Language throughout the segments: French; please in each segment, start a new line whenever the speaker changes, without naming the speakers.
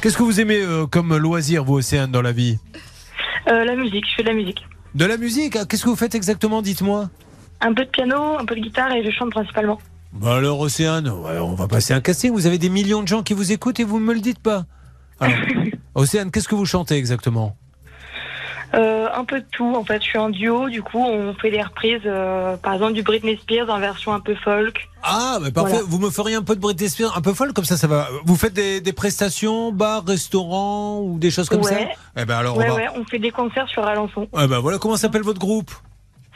Qu'est-ce que vous aimez euh, comme loisir, vous, Océane, dans la vie
Euh, la musique, je fais de la musique.
De la musique hein Qu'est-ce que vous faites exactement Dites-moi.
Un peu de piano, un peu de guitare et je chante principalement.
Bah alors, Océane, ouais, on va passer un casting. Vous avez des millions de gens qui vous écoutent et vous ne me le dites pas. Alors, Océane, qu'est-ce que vous chantez exactement
Euh, un peu de tout, en fait. Je suis en duo, du coup, on fait des reprises, euh, par exemple, du Britney Spears en version un peu folk.
Ah, mais parfait.
Voilà.
Vous me feriez un peu de Britney Spears, un peu folle comme ça, ça va. Vous faites des, des prestations, bars, restaurants ou des choses comme
ouais,
ça Eh ben alors,
ouais,
on va.
ouais, on fait des concerts sur Alençon.
Eh ben voilà, comment s'appelle votre groupe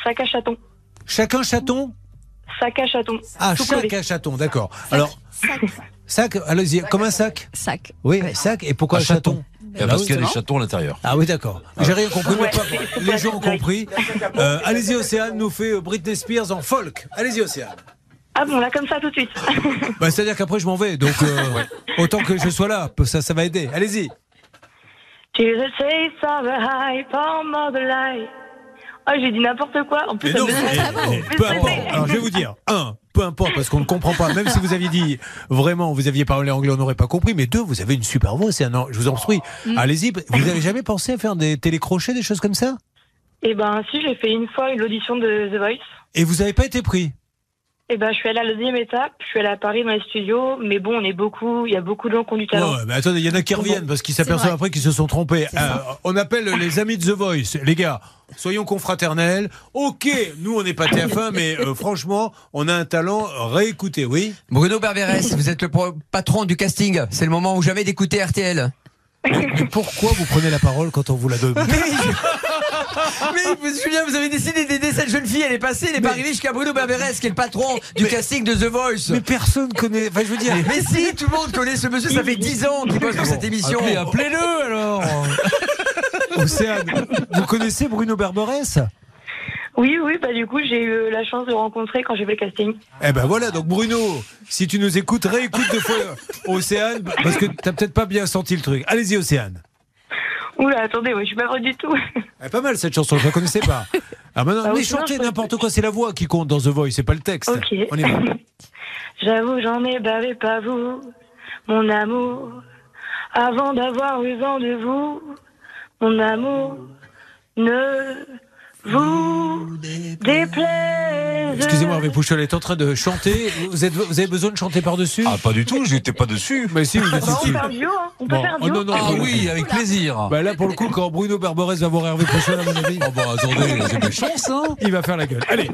Sac à chaton.
Chacun chaton
Sac à chaton.
Ah,
Tout collé.
chacun chaton, d'accord. Alors, sac, allez-y, comme un sac
Sac.
Oui, sac, et pourquoi
Un
un chaton
Eh,
bah
Parce qu'il y a des chatons à l'intérieur.
Ah oui, d'accord. J'ai rien compris, mais
Ouais.
pas- les gens ont compris. Euh, allez-y, Océane nous fait euh, Britney Spears en folk. Allez-y, Océane.
Ah bon, là, comme ça, tout de suite.
Bah, c'est-à-dire qu'après, je m'en vais, donc euh, autant que je sois là, ça, ça va aider. Allez-y.
To the taste of a high palm of the light. Oh, j'ai dit n'importe quoi. En plus,
Mais
ça
non,
me donne-
mais- mais peu importe. hein. Alors je vais vous dire, un, peu importe, parce qu'on ne comprend pas. Même si vous aviez dit vraiment, vous aviez parlé anglais, on n'aurait pas compris. Mais deux, vous avez une super voix, c'est un an. Je vous en prie.
Mm.
Allez-y. Vous n'avez jamais pensé à faire des télécrochets, des choses comme ça
Eh ben, si, j'ai fait une fois une audition de The Voice.
Et vous n'avez pas été pris.
Eh ben, je suis allée à la deuxième étape. Je suis allée à Paris dans les studios. Mais bon, on est beaucoup. Il y a beaucoup de gens qui ont du
Ouais,
talent.
mais attendez, il y en a qui reviennent parce qu'ils s'aperçoivent
vrai.
après qu'ils se sont trompés. Euh, on appelle les amis de The Voice. Les gars, soyons confraternels. Ok, nous on n'est pas TF1, mais euh, franchement, on a un talent. Réécoutez, oui.
Bruno Berberès, vous êtes le pro- patron du casting. C'est le moment où jamais d'écouter RTL.
Mais pourquoi vous prenez la parole quand on vous la donne
Mais Julien, vous avez décidé d'aider cette jeune fille. Elle est passée, elle est pas arrivée jusqu'à Bruno Berberès, qui est le patron du casting de The Voice.
Mais personne connaît. Enfin, je veux dire.
Mais si, tout le monde connaît ce monsieur, ça fait 10 ans qu'il bosse dans cette émission.
Mais appelez-le alors
Océane, vous connaissez Bruno Berberès
Oui, oui, bah, du coup, j'ai eu la chance de le rencontrer quand j'ai fait le casting.
Eh ben voilà, donc Bruno, si tu nous écoutes, réécoute deux fois euh, Océane, parce que t'as peut-être pas bien senti le truc. Allez-y, Océane.
Oula, attendez, ouais, je suis pas vraie du tout.
Eh, pas mal cette chanson, je la connaissais pas. Ah maintenant,
Ah oui,
mais
sinon,
chantez
je-
n'importe quoi, c'est la voix qui compte dans The Voice, c'est pas le texte.
Ok.
On y va.
J'avoue, j'en ai bavé pas vous, mon amour. Avant d'avoir eu vent de vous, mon amour, ne vous déplaise. Bah,
Excusez-moi, Hervé Pouchol est en train de chanter. Vous, êtes, vous avez besoin de chanter par-dessus
Ah, pas du tout, j'étais pas dessus.
Mais si, vous êtes
Bah, on
ici.
peut faire un duo, hein. On peut
Bon.
faire un
Oh,
duo.
non, non,
Ah oui, avec plaisir.
Bah là, pour le coup, quand Bruno Berberès va voir Hervé Pouchol, à mon avis,
Oh bah attendez, c'est des chances, hein
il va faire la gueule. Allez.